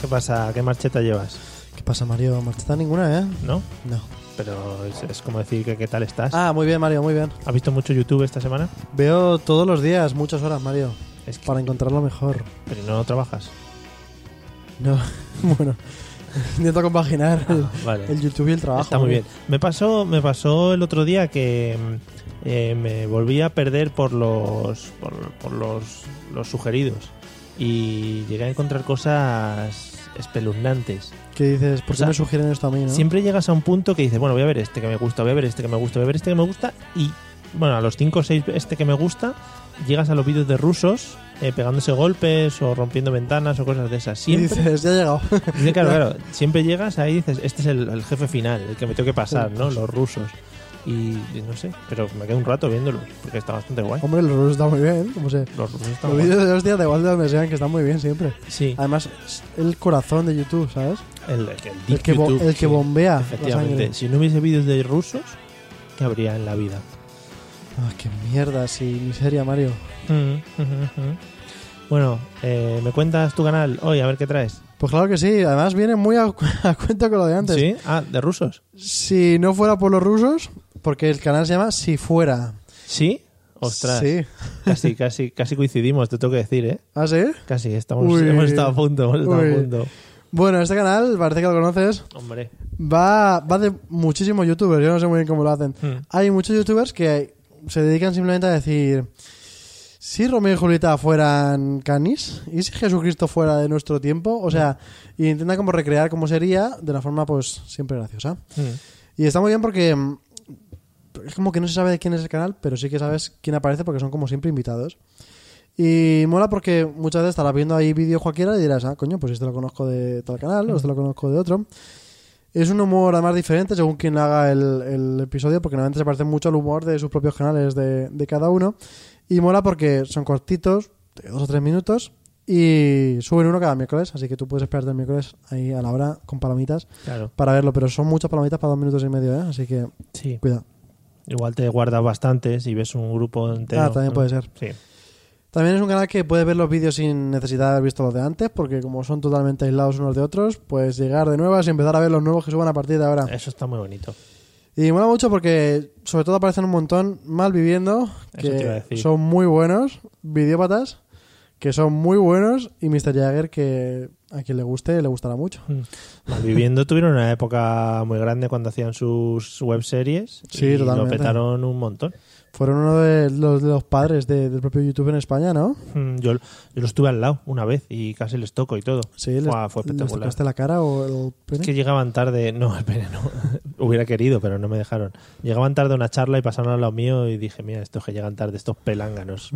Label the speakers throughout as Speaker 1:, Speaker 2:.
Speaker 1: ¿Qué pasa? ¿Qué marcheta llevas?
Speaker 2: ¿Qué pasa, Mario? ¿Marcheta ninguna, eh?
Speaker 1: ¿No?
Speaker 2: No.
Speaker 1: Pero es, es como decir que qué tal estás.
Speaker 2: Ah, muy bien, Mario, muy bien.
Speaker 1: ¿Has visto mucho YouTube esta semana?
Speaker 2: Veo todos los días, muchas horas, Mario,
Speaker 1: Es que,
Speaker 2: para encontrar lo mejor.
Speaker 1: Pero no trabajas.
Speaker 2: No, bueno, intento compaginar el,
Speaker 1: Ah, Vale.
Speaker 2: el YouTube y el trabajo. ¿eh?
Speaker 1: Está muy
Speaker 2: Mario.
Speaker 1: bien. Me pasó, me pasó el otro día que mm, eh, me volví a perder por los por, por los, los sugeridos y llegué a encontrar cosas espeluznantes.
Speaker 2: ¿Qué dices? ¿Por
Speaker 1: O
Speaker 2: qué
Speaker 1: sea,
Speaker 2: me sugieren esto a mí, no?
Speaker 1: Siempre llegas a un punto que dices, bueno, voy a ver este que me gusta, voy a ver este que me gusta, voy a ver este que me gusta y bueno, a los 5 o 6 este que me gusta, llegas a los vídeos de rusos eh, pegándose golpes o rompiendo ventanas o cosas de esas.
Speaker 2: Y
Speaker 1: Siempre
Speaker 2: dices, ya he llegado.
Speaker 1: Sí, claro, claro. Siempre llegas ahí y dices, este es el, el jefe final, el que me tengo que pasar, ¿no? Los rusos. Y, y no sé, pero me quedé un rato viéndolo, porque está bastante guay.
Speaker 2: Hombre, los rusos están muy bien, como se...
Speaker 1: Los rusos están
Speaker 2: Los
Speaker 1: guay.
Speaker 2: vídeos de hostia, da igual de donde sean, que están muy bien siempre.
Speaker 1: Sí,
Speaker 2: Además, es el corazón de YouTube, ¿sabes?
Speaker 1: el, el, el
Speaker 2: Ah. El que, bo-
Speaker 1: YouTube,
Speaker 2: el que
Speaker 1: sí.
Speaker 2: bombea la
Speaker 1: Efectivamente,
Speaker 2: sangre.
Speaker 1: si no hubiese vídeos de rusos, ¿qué habría en la vida?
Speaker 2: Ah, qué mierda, sí, miseria, Mario.
Speaker 1: Mm, ujú, ujú. Bueno, eh, ¿me cuentas tu canal hoy? A ver qué traes.
Speaker 2: Pues claro que sí, además viene muy a, cu- a cuento con lo de antes.
Speaker 1: ¿Sí? Ah, ¿de rusos?
Speaker 2: Si no fuera por los rusos, porque el canal se llama Si Fuera.
Speaker 1: ¿Sí? Ostras,
Speaker 2: Sí.
Speaker 1: casi, casi, casi coincidimos, te tengo que decir, ¿eh?
Speaker 2: ¿Ah, sí?
Speaker 1: Casi, estamos,
Speaker 2: Uy.
Speaker 1: hemos estado a punto, hemos estado
Speaker 2: Uy.
Speaker 1: a punto.
Speaker 2: Bueno, este canal, parece que lo conoces,
Speaker 1: Hombre.
Speaker 2: va, va de muchísimos youtubers. Yo no sé muy bien cómo lo hacen.
Speaker 1: Hmm.
Speaker 2: Hay muchos youtubers que se dedican simplemente a decir: Si Romeo y Julieta fueran canis, y si Jesucristo fuera de nuestro tiempo, o sea, y intentan como recrear cómo sería de una forma, pues, siempre graciosa. Y está muy bien porque mm, es como que no se sabe de quién es el canal, pero sí que sabes quién aparece porque son como siempre invitados. Y mola porque muchas veces estarás viendo ahí vídeo cualquiera y dirás, ah, coño, pues este lo conozco de tal canal, o este lo conozco de otro. Es un humor además diferente según quien haga el, el episodio, porque normalmente se parece mucho al humor de sus propios canales de, de cada uno. Y mola porque son cortitos, de dos o tres minutos, y suben uno cada miércoles, así que tú puedes esperarte el miércoles ahí a la hora con palomitas
Speaker 1: Claro,
Speaker 2: para verlo, pero son muchas palomitas para dos minutos y medio, ¿eh? Así que
Speaker 1: sí.
Speaker 2: cuidado.
Speaker 1: Igual te guardas bastantes y ves un grupo entero.
Speaker 2: Ah, también
Speaker 1: ¿no?
Speaker 2: puede ser.
Speaker 1: Sí.
Speaker 2: También es un canal que puedes ver los vídeos sin necesidad de haber visto los de antes, porque como son totalmente aislados unos de otros, pues llegar de nuevas y empezar a ver los nuevos que suban a partir de ahora.
Speaker 1: Eso está muy bonito.
Speaker 2: Y mola mucho porque sobre todo aparecen un montón mal viviendo,
Speaker 1: Eso te iba a decir.
Speaker 2: que son muy buenos, videópatas, que son muy buenos, y Mr. Jagger, que a quien le guste, le gustará mucho.
Speaker 1: Viviendo tuvieron una época muy grande cuando hacían sus webseries.
Speaker 2: Sí,
Speaker 1: y Lo
Speaker 2: totalmente.
Speaker 1: petaron un montón.
Speaker 2: Fueron uno de los, de los padres de- del propio YouTube en España, ¿no?
Speaker 1: Mm, Yo, yo los tuve al lado una vez y casi les toco y todo.
Speaker 2: Sí, les-
Speaker 1: Buah, fue
Speaker 2: ¿les
Speaker 1: espectacular.
Speaker 2: tocaste la cara o el pene?
Speaker 1: Es que llegaban tarde. No, espera, no. Hubiera querido, pero no me dejaron. Llegaban tarde a una charla y pasaron al lado mío y dije, mira, estos que llegan tarde, estos pelánganos.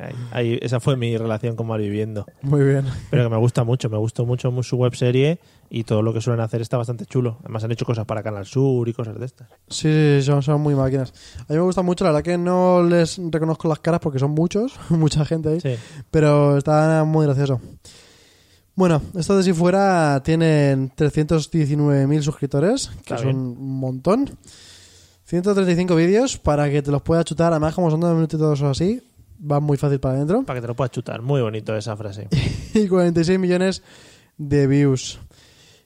Speaker 1: Ahí- ahí- esa fue mi relación con Malviviendo.
Speaker 2: Muy bien.
Speaker 1: Pero que me gusta mucho, me gustó mucho mu- su webserie y todo lo que suelen hacer está bastante chulo. Además han hecho cosas para Canal Sur y cosas de estas.
Speaker 2: Sí, sí, sí, son, son muy máquinas. A mí me gusta mucho, la verdad que no les reconozco las caras porque son muchos, mucha gente ahí,
Speaker 1: Sí.
Speaker 2: pero está muy gracioso. Bueno, esto de si fuera tienen 319.000 suscriptores, que
Speaker 1: Está
Speaker 2: es
Speaker 1: bien.
Speaker 2: un montón. 135 vídeos para que te los pueda chutar, además como son dos minutitos o así, van muy fácil para adentro.
Speaker 1: Para que te lo puedas chutar. Muy bonito esa frase.
Speaker 2: Y 46 millones de views.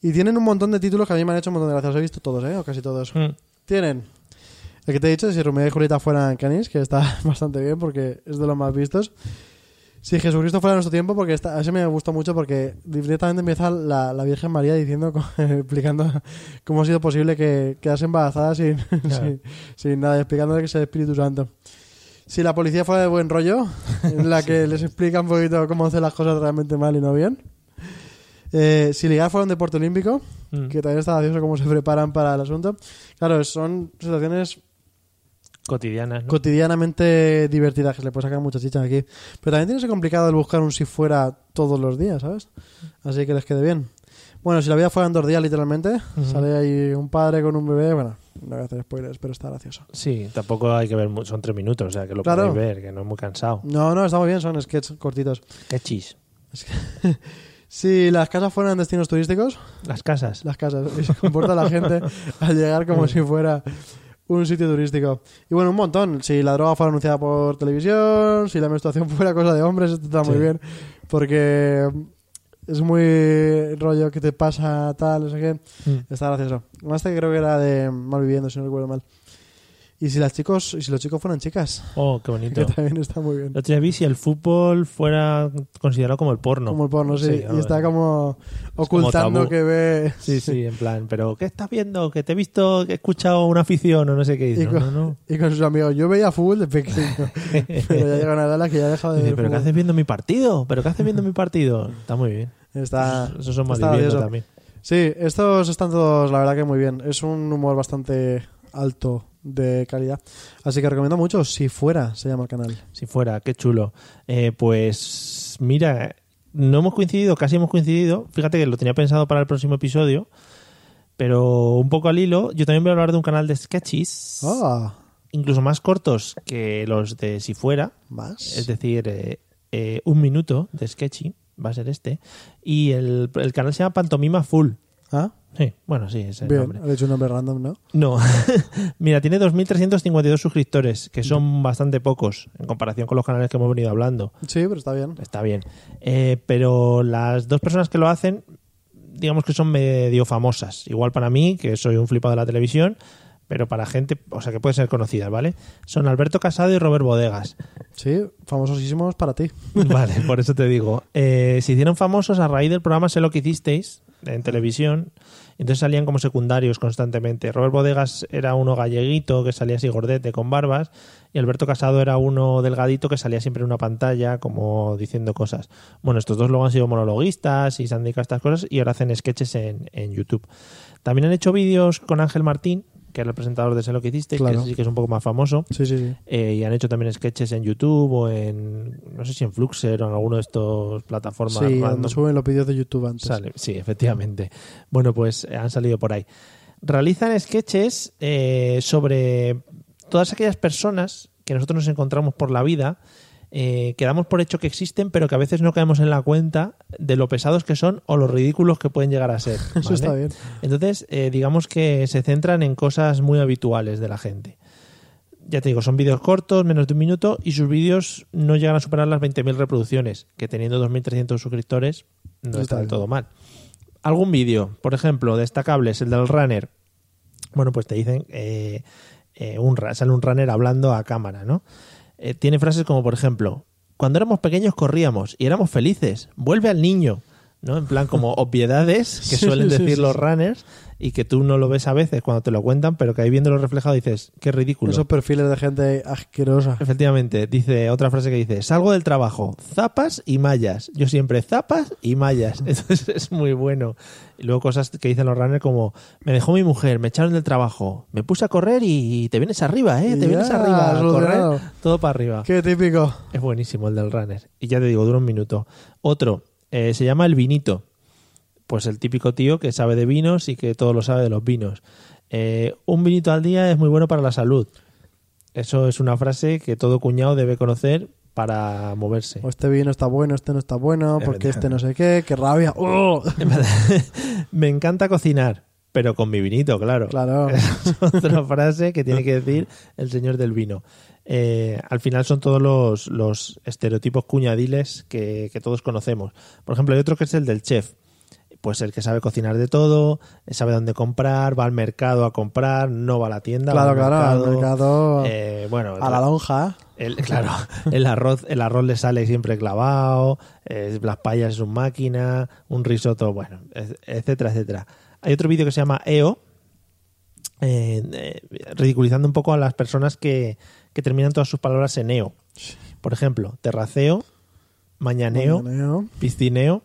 Speaker 2: Y tienen un montón de títulos que a mí me han hecho un montón de gracias. Los he visto todos, ¿eh? O casi todos.
Speaker 1: Mm,
Speaker 2: Tienen. El que te he dicho, si Romeo y Julieta fueran canis, que está bastante bien porque es de los más vistos. Si Jesucristo fuera nuestro tiempo, porque está, ese me gustó mucho porque directamente empieza la, la Virgen María diciendo, co- explicando cómo ha sido posible que quedase embarazada sin, sin, sin nada, explicándole que es el Espíritu Santo. Si la policía fuera de buen rollo, en la que les explica un poquito cómo hacer las cosas realmente mal y no bien. Eh, si ligar fuera un deporte olímpico,
Speaker 1: Mm.
Speaker 2: que también está gracioso cómo se preparan para el asunto. Claro, son situaciones
Speaker 1: Cotidianas, ¿no?
Speaker 2: cotidianamente divertidas que se le puede sacar mucha chicha aquí. Pero también tiene ese complicado el buscar un si fuera todos los días, ¿sabes? Así que les quede bien. Bueno, si la vida fueran dos días, literalmente, sale ahí un padre con un bebé. Bueno, no voy a hacer spoilers, pero está gracioso.
Speaker 1: Sí, tampoco hay que ver, mu- son tres minutos, o sea, que lo
Speaker 2: Claro.
Speaker 1: podéis ver, que no es muy cansado.
Speaker 2: No, no, está muy bien, son sketches cortitos.
Speaker 1: Qué chis.
Speaker 2: Si las casas fueran destinos turísticos,
Speaker 1: Las casas.
Speaker 2: las casas, y se comporta la gente al llegar como si fuera un sitio turístico. Y bueno, un montón. Si la droga fuera anunciada por televisión, si la menstruación fuera cosa de hombres, esto está muy
Speaker 1: Sí.
Speaker 2: bien. Porque es muy rollo que te pasa tal, no sé qué.
Speaker 1: Mm.
Speaker 2: Está gracioso. Más que creo que era de Malviviendo, si no recuerdo mal. Y si las chicos, y si los chicos fueran chicas,
Speaker 1: Oh, qué
Speaker 2: que
Speaker 1: bonito.
Speaker 2: también está muy bien.
Speaker 1: Lo otro día vi si el fútbol fuera considerado como el porno.
Speaker 2: Como el porno, sí.
Speaker 1: Sí,
Speaker 2: y está como ocultando
Speaker 1: tabú.
Speaker 2: que ve.
Speaker 1: Sí, sí, en plan, pero ¿qué estás viendo? Que te he visto, que he escuchado una afición o no sé qué.
Speaker 2: Y
Speaker 1: Dice,
Speaker 2: co-
Speaker 1: no, no, no.
Speaker 2: Y con sus amigos, yo veía fútbol de pequeño, pero ya llega una edad en la que ya deja de
Speaker 1: Dice,
Speaker 2: ver
Speaker 1: pero ¿qué
Speaker 2: fútbol.
Speaker 1: haces viendo mi partido? ¿Pero qué haces viendo mi partido? Está muy bien.
Speaker 2: Está,
Speaker 1: Esos esos son más
Speaker 2: está gracioso.
Speaker 1: también.
Speaker 2: Sí, estos están todos, la verdad que muy bien. Es un humor bastante alto de calidad. Así que recomiendo mucho, si fuera, se llama el canal.
Speaker 1: Si fuera, qué chulo. Eh, pues mira, no hemos coincidido, casi hemos coincidido. Fíjate que lo tenía pensado para el próximo episodio, pero un poco al hilo. Yo también voy a hablar de un canal de sketches,
Speaker 2: Ah,
Speaker 1: incluso más cortos que los de Si fuera.
Speaker 2: más.
Speaker 1: Es decir, eh, eh, un minuto de sketchy va a ser este. Y el, el canal se llama Pantomima Full.
Speaker 2: Ah,
Speaker 1: Sí, bueno, sí, es el
Speaker 2: bien,
Speaker 1: nombre.
Speaker 2: he dicho un nombre random, ¿no?
Speaker 1: No, mira, tiene 2.352 suscriptores, que son bastante pocos en comparación con los canales que hemos venido hablando.
Speaker 2: Sí, pero está bien.
Speaker 1: Está bien. Eh, pero las dos personas que lo hacen, digamos que son medio famosas. Igual para mí, que soy un flipado de la televisión, pero para gente, o sea, que puede ser conocida, ¿vale? Son Alberto Casado y Robert Bodegas.
Speaker 2: Sí, famosísimos para ti.
Speaker 1: Vale, por eso te digo. Eh, se hicieron famosos a raíz del programa Sé lo que hicisteis en televisión. Entonces salían como secundarios constantemente. Robert Bodegas era uno galleguito que salía así gordete con barbas y Alberto Casado era uno delgadito que salía siempre en una pantalla como diciendo cosas. Bueno, estos dos luego han sido monologuistas y se han dedicado a estas cosas y ahora hacen sketches en, en YouTube. También han hecho vídeos con Ángel Martín, que era el presentador de Sé lo que hicisteis,
Speaker 2: Claro.
Speaker 1: que ese sí que es un poco más famoso.
Speaker 2: Sí, sí, sí.
Speaker 1: Eh, y han hecho también sketches en YouTube o en, no sé si en Fluxer o en alguno de estos plataformas.
Speaker 2: Sí,
Speaker 1: random.
Speaker 2: donde suben los vídeos de YouTube antes.
Speaker 1: Sale, sí, efectivamente. Bueno, pues eh, han salido por ahí. Realizan sketches eh, sobre todas aquellas personas que nosotros nos encontramos por la vida, eh, que damos por hecho que existen, pero que a veces no caemos en la cuenta de lo pesados que son o lo ridículos que pueden llegar a ser.
Speaker 2: Eso
Speaker 1: ¿vale?
Speaker 2: está bien.
Speaker 1: Entonces, eh, digamos que se centran en cosas muy habituales de la gente. Ya te digo, son vídeos cortos, menos de un minuto, y sus vídeos no llegan a superar las 20.000 reproducciones, que teniendo 2.300 suscriptores no
Speaker 2: Está
Speaker 1: está, del
Speaker 2: bien.
Speaker 1: todo mal. Algún vídeo, por ejemplo, destacables, el del runner. Bueno, pues te dicen, eh, eh, un, ra- sale un runner hablando a cámara, ¿no? Eh, tiene frases como, por ejemplo, cuando éramos pequeños corríamos y éramos felices, vuelve al niño, ¿no? En plan como obviedades que
Speaker 2: Sí,
Speaker 1: suelen
Speaker 2: sí, sí,
Speaker 1: decir
Speaker 2: sí.
Speaker 1: los runners y que tú no lo ves a veces cuando te lo cuentan, pero que ahí viéndolo reflejado dices, qué ridículo.
Speaker 2: Esos perfiles de gente asquerosa.
Speaker 1: Efectivamente, dice otra frase que dice, salgo del trabajo, zapas y mallas. Yo siempre zapas y mallas. Entonces es muy bueno. Y luego cosas que dicen los runners como, me dejó mi mujer, me echaron del trabajo, me puse a correr y te vienes arriba, ¿eh? Te
Speaker 2: Ya,
Speaker 1: vienes arriba a
Speaker 2: solucionado.
Speaker 1: correr. Todo para arriba.
Speaker 2: Qué típico.
Speaker 1: Es buenísimo el del runner. Y ya te digo, dura un minuto. Otro, eh, se llama el vinito. Pues el típico tío que sabe de vinos y que todo lo sabe de los vinos. Eh, un vinito al día es muy bueno para la salud. Eso es una frase que todo cuñado debe conocer para moverse.
Speaker 2: O este vino está bueno, este no está bueno,
Speaker 1: Es
Speaker 2: porque
Speaker 1: verdad.
Speaker 2: este no sé qué, qué rabia. ¡Oh!
Speaker 1: Me encanta cocinar, pero con mi vinito, claro.
Speaker 2: Claro.
Speaker 1: Es otra frase que tiene que decir el señor del vino. Eh, al final son todos los, los estereotipos cuñadiles que, que todos conocemos. Por ejemplo, hay otro que es el del chef. Pues el que sabe cocinar de todo, sabe dónde comprar, va al mercado a comprar, no va a la tienda,
Speaker 2: Claro,
Speaker 1: va al
Speaker 2: claro, al
Speaker 1: mercado.
Speaker 2: mercado,
Speaker 1: Eh, bueno,
Speaker 2: A la lonja.
Speaker 1: el, claro, el arroz, el arroz le sale siempre clavado, eh, las payas es un máquina, un risotto, bueno, et- etcétera, etcétera. Hay otro vídeo que se llama EO, eh, eh, ridiculizando un poco a las personas que, que terminan todas sus palabras en EO. Por ejemplo, terraceo, mañaneo,
Speaker 2: Mañaneo.
Speaker 1: piscineo,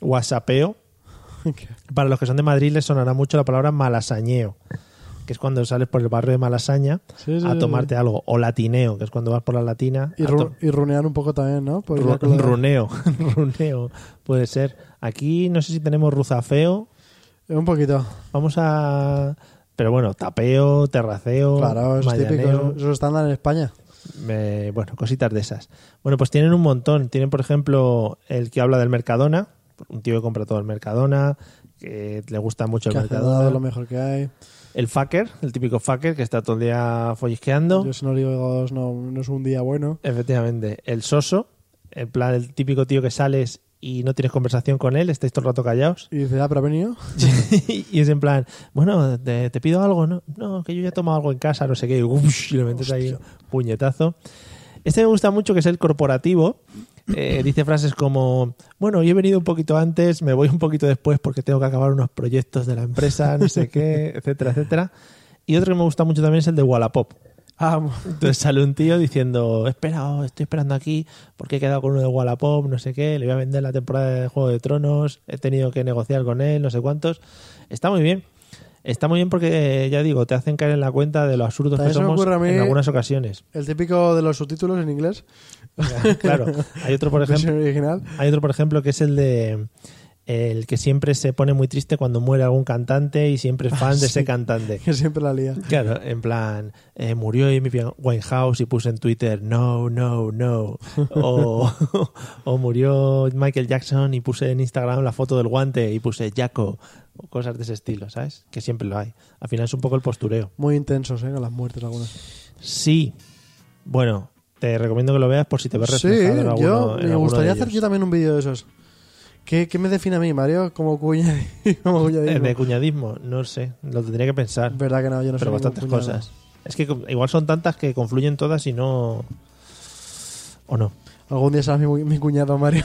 Speaker 1: whatsappeo, Para los que son de Madrid les sonará mucho la palabra malasañeo, que es cuando sales por el barrio de Malasaña
Speaker 2: Sí, sí,
Speaker 1: a
Speaker 2: sí.
Speaker 1: tomarte algo. O latineo, que es cuando vas por la latina.
Speaker 2: Y,
Speaker 1: a
Speaker 2: ru-
Speaker 1: to-
Speaker 2: y runear un poco también, ¿no? Pues Por
Speaker 1: Ru-
Speaker 2: ir con la-
Speaker 1: runeo, runeo, puede ser. Aquí no sé si tenemos ruzafeo,
Speaker 2: Un poquito.
Speaker 1: vamos a... Pero bueno, tapeo, terraceo,
Speaker 2: Claro, eso es típico.
Speaker 1: mayaneo.
Speaker 2: Eso eso es estándar en España.
Speaker 1: Eh, bueno, cositas de esas. Bueno, pues tienen un montón. Tienen, por ejemplo, el que habla del Mercadona, un tío que compra todo el Mercadona, que le gusta mucho el
Speaker 2: Que hace dado lo
Speaker 1: Mercadona.
Speaker 2: mejor que hay.
Speaker 1: El fucker, el típico fucker que está todo el día follisqueando.
Speaker 2: Yo si no digo dos, no, no es un día bueno.
Speaker 1: Efectivamente. El soso, el, plan, el típico tío que sales y no tienes conversación con él, estáis todo el rato callados.
Speaker 2: Y dice, ah, pero ha venido.
Speaker 1: y es en plan, bueno, te, te pido algo, ¿no? No, que yo ya he tomado algo en casa, no sé qué. Y, ¡ush! y le metes ahí un puñetazo. Este me gusta mucho, que es el corporativo. Eh, dice frases como, bueno, yo he venido un poquito antes, me voy un poquito después porque tengo que acabar unos proyectos de la empresa, no sé qué, etcétera, etcétera. Y otro que me gusta mucho también es el de Wallapop.
Speaker 2: Ah, mo-
Speaker 1: Entonces sale un tío diciendo, espera, oh, estoy esperando aquí porque he quedado con uno de Wallapop, no sé qué, le voy a vender la temporada de Juego de Tronos, he tenido que negociar con él, no sé cuántos. Está muy bien. Está muy bien porque, eh, ya digo, te hacen caer en la cuenta de lo absurdos que
Speaker 2: También se me
Speaker 1: somos
Speaker 2: ocurre a mí-
Speaker 1: en algunas ocasiones.
Speaker 2: el típico de los subtítulos en inglés.
Speaker 1: Claro. Hay otro, por
Speaker 2: versión
Speaker 1: ejemplo,
Speaker 2: original.
Speaker 1: hay otro, por ejemplo, que es el de el que siempre se pone muy triste cuando muere algún cantante y siempre es fan de ese cantante.
Speaker 2: Que siempre la lía.
Speaker 1: Ah, Claro, en plan, eh, murió Amy Winehouse y puse en Twitter, no, no, no. O, o murió Michael Jackson y puse en Instagram la foto del guante y puse Jaco. O cosas de ese estilo, ¿sabes? Que siempre lo hay. Al final es un poco el postureo.
Speaker 2: Muy intensos, ¿eh? Con las muertes algunas.
Speaker 1: Sí. Bueno, te recomiendo que lo veas por si te ves
Speaker 2: Sí,
Speaker 1: reflejado en alguno-
Speaker 2: yo
Speaker 1: en
Speaker 2: me
Speaker 1: alguno
Speaker 2: gustaría
Speaker 1: de
Speaker 2: hacer yo
Speaker 1: ellos.
Speaker 2: también un vídeo de esos. ¿Qué, qué me define a mí, Mario? Como cuña como
Speaker 1: Eh,
Speaker 2: cuñadismo.
Speaker 1: De cuñadismo, no sé. Lo tendría que pensar.
Speaker 2: Verdad que no, yo no
Speaker 1: pero
Speaker 2: soy ningún
Speaker 1: bastantes
Speaker 2: cuñado.
Speaker 1: cosas. Es que co- igual son tantas que confluyen todas y no... ¿O no?
Speaker 2: Algún día serás mi, mi cuñado, Mario.